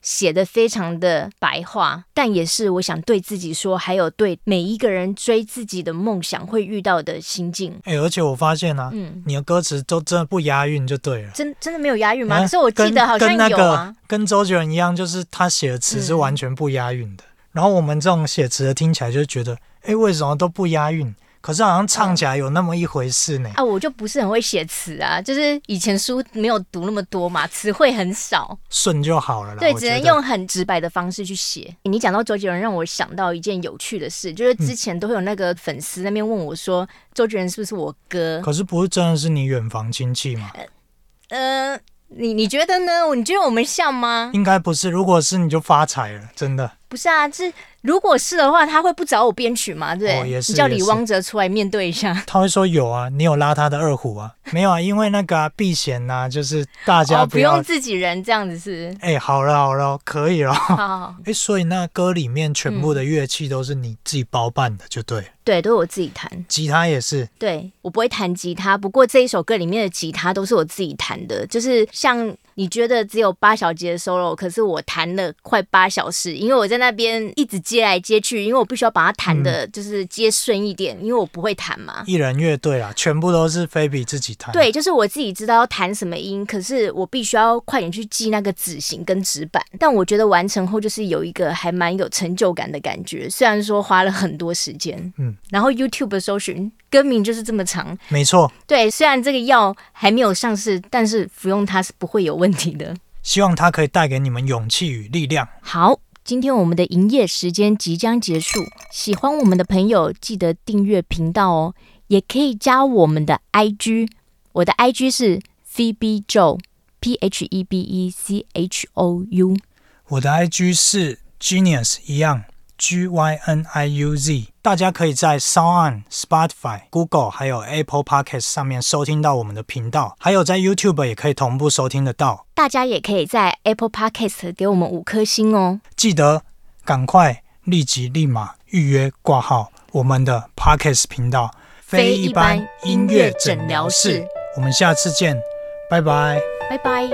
Speaker 3: 写的非常的白话，但也是我想对自己说，还有对每一个人追自己的梦想会遇到的心境。
Speaker 2: 哎、而且我发现啊，
Speaker 3: 嗯，
Speaker 2: 你的歌词都真的不押韵就对了。
Speaker 3: 真真的没有押韵吗？
Speaker 2: 啊
Speaker 3: 可是我记得好像
Speaker 2: 跟跟那
Speaker 3: 有啊嗯
Speaker 2: 个。跟周杰伦一样，就是他写的词是完全不押韵的。然后我们这种写词的听起来就觉得，哎、为什么都不押韵？可是好像唱起来有那么一回事呢。
Speaker 3: 嗯啊，我就不是很会写词啊，就是以前书没有读那么多嘛，词汇很少，
Speaker 2: 顺、就好了啦。
Speaker 3: 对，
Speaker 2: 我
Speaker 3: 只
Speaker 2: 觉得
Speaker 3: 能用很直白的方式去写。你讲到周杰伦，让我想到一件有趣的事，
Speaker 2: 嗯
Speaker 3: 就是之前都会有那个粉丝那边问我说，周杰伦是不是我哥？
Speaker 2: 可是不是真的是你远房亲戚吗？
Speaker 3: 呃嗯、你你觉得呢？你觉得我们像吗？
Speaker 2: 应该不是，如果是你就发财了，真的。
Speaker 3: 不是啊，这如果是的话，他会不找我编曲吗？对不对，
Speaker 2: 哦也是
Speaker 3: 你叫
Speaker 2: 也
Speaker 3: 李
Speaker 2: 是
Speaker 3: 汪哲出来面对一下。
Speaker 2: 他会说有啊，你有拉他的二胡啊？没有啊，因为那个啊避嫌呐、就是大家
Speaker 3: 哦，
Speaker 2: 不
Speaker 3: 不
Speaker 2: 要。，
Speaker 3: 用自己人这样子是
Speaker 2: 哎、好了好了，可以了。
Speaker 3: 好好好嗯
Speaker 2: 哎、所以那歌里面全部的乐器都是你自己包办的，就对了。
Speaker 3: 对，都是我自己弹。
Speaker 2: 吉他也是，
Speaker 3: 对我不会弹吉他，不过这一首歌里面的吉他都是我自己弹的，就是像。你觉得只有八小节的 solo，可是我弹了快八小时，因为我在那边一直接来接去，因为我必须要把它弹的，
Speaker 2: 嗯
Speaker 3: 就是接顺一点，因为我不会弹嘛。
Speaker 2: 一人乐队啦，全部都是菲比自己弹。
Speaker 3: 对，就是我自己知道要弹什么音，可是我必须要快点去记那个指型跟指板。但我觉得完成后就是有一个还蛮有成就感的感觉，虽然说花了很多时间。
Speaker 2: 嗯，
Speaker 3: 然后 YouTube 的搜寻歌名就是这么长。
Speaker 2: 没错，
Speaker 3: 对，虽然这个药还没有上市，但是服用它是不会有问题的。
Speaker 2: 希望它可以带给你们勇气与力量。
Speaker 3: 好，今天我们的营业时间即将结束，喜欢我们的朋友记得订阅频道哦，也可以加我们的 IG，我的 IG 是 Phoebe Joe P H E B E C H O U。
Speaker 2: 我的 IG 是 Genius 一样 G Y N I U Z，大家可以在 Sound、Spotify、Google 还有 Apple Podcast 上面收听到我们的频道，还有在 YouTube 也可以同步收听得到。
Speaker 3: 大家也可以在 Apple Podcast 给我们五颗星哦。
Speaker 2: 记得赶快立即立马预约挂号我们的 Podcast 频道
Speaker 3: 非一般音乐诊疗室。
Speaker 2: 我们下次见，拜拜。
Speaker 3: 拜拜。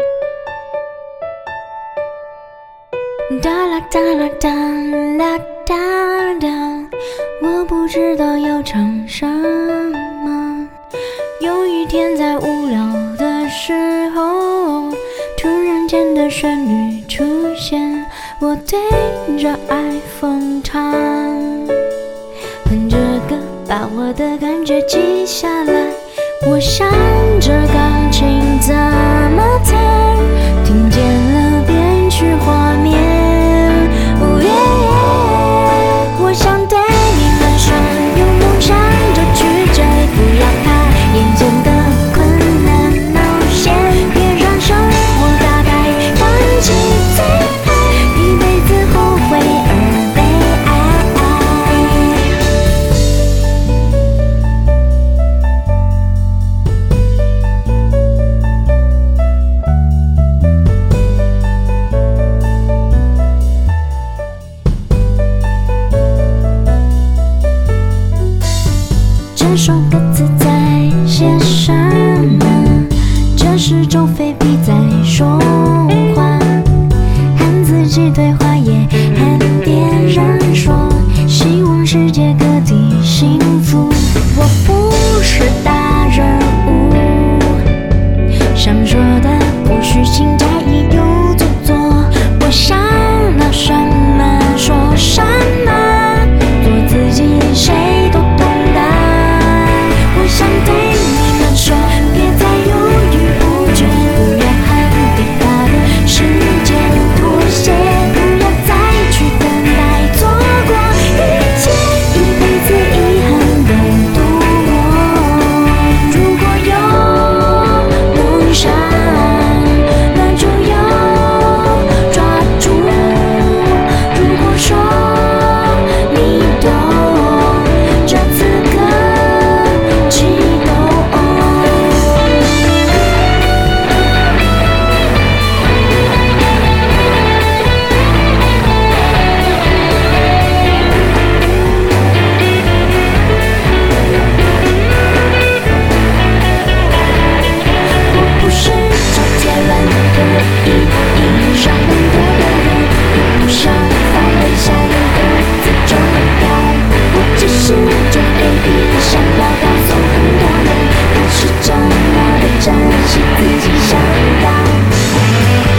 Speaker 4: 哒啦哒啦哒啦哒哒，我不知道要唱什么。有一天在无聊的时候，突然间的旋律出现，我对着 iPhone 唱，哼着歌把我的感觉记下来。我想着钢琴怎么弹，听见了编曲画面。哦耶！我想对你们说，用梦想着去追，不要怕眼前的困难冒险，别让生活打败，放弃最爱，一辈子后悔而悲哀。这首歌词在写什么？这是种非必在说话，和自己对话也和别人说，希望世界各地幸福。我不是大人物，想说的不需请假也有做作，我想到什么说什么，做自己谁都懂的。我想对你们说，别再犹豫不决，不要和伟大的世界妥协，不要再去等待错过一切，一辈子遗憾的度过。如果有梦想。那就要抓住。如果说你懂这此刻激动。不是周杰伦的意义上的歌人，也不想放微笑的歌词中的标。我只是这 baby，想要告诉很多人，不是这么的珍惜自己想要。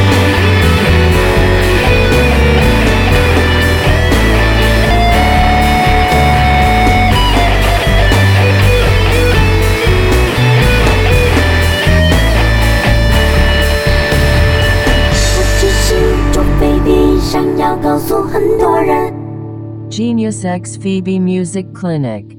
Speaker 4: 我只是这 baby，想要告诉很多人。
Speaker 5: Genius X Phoebe Music Clinic.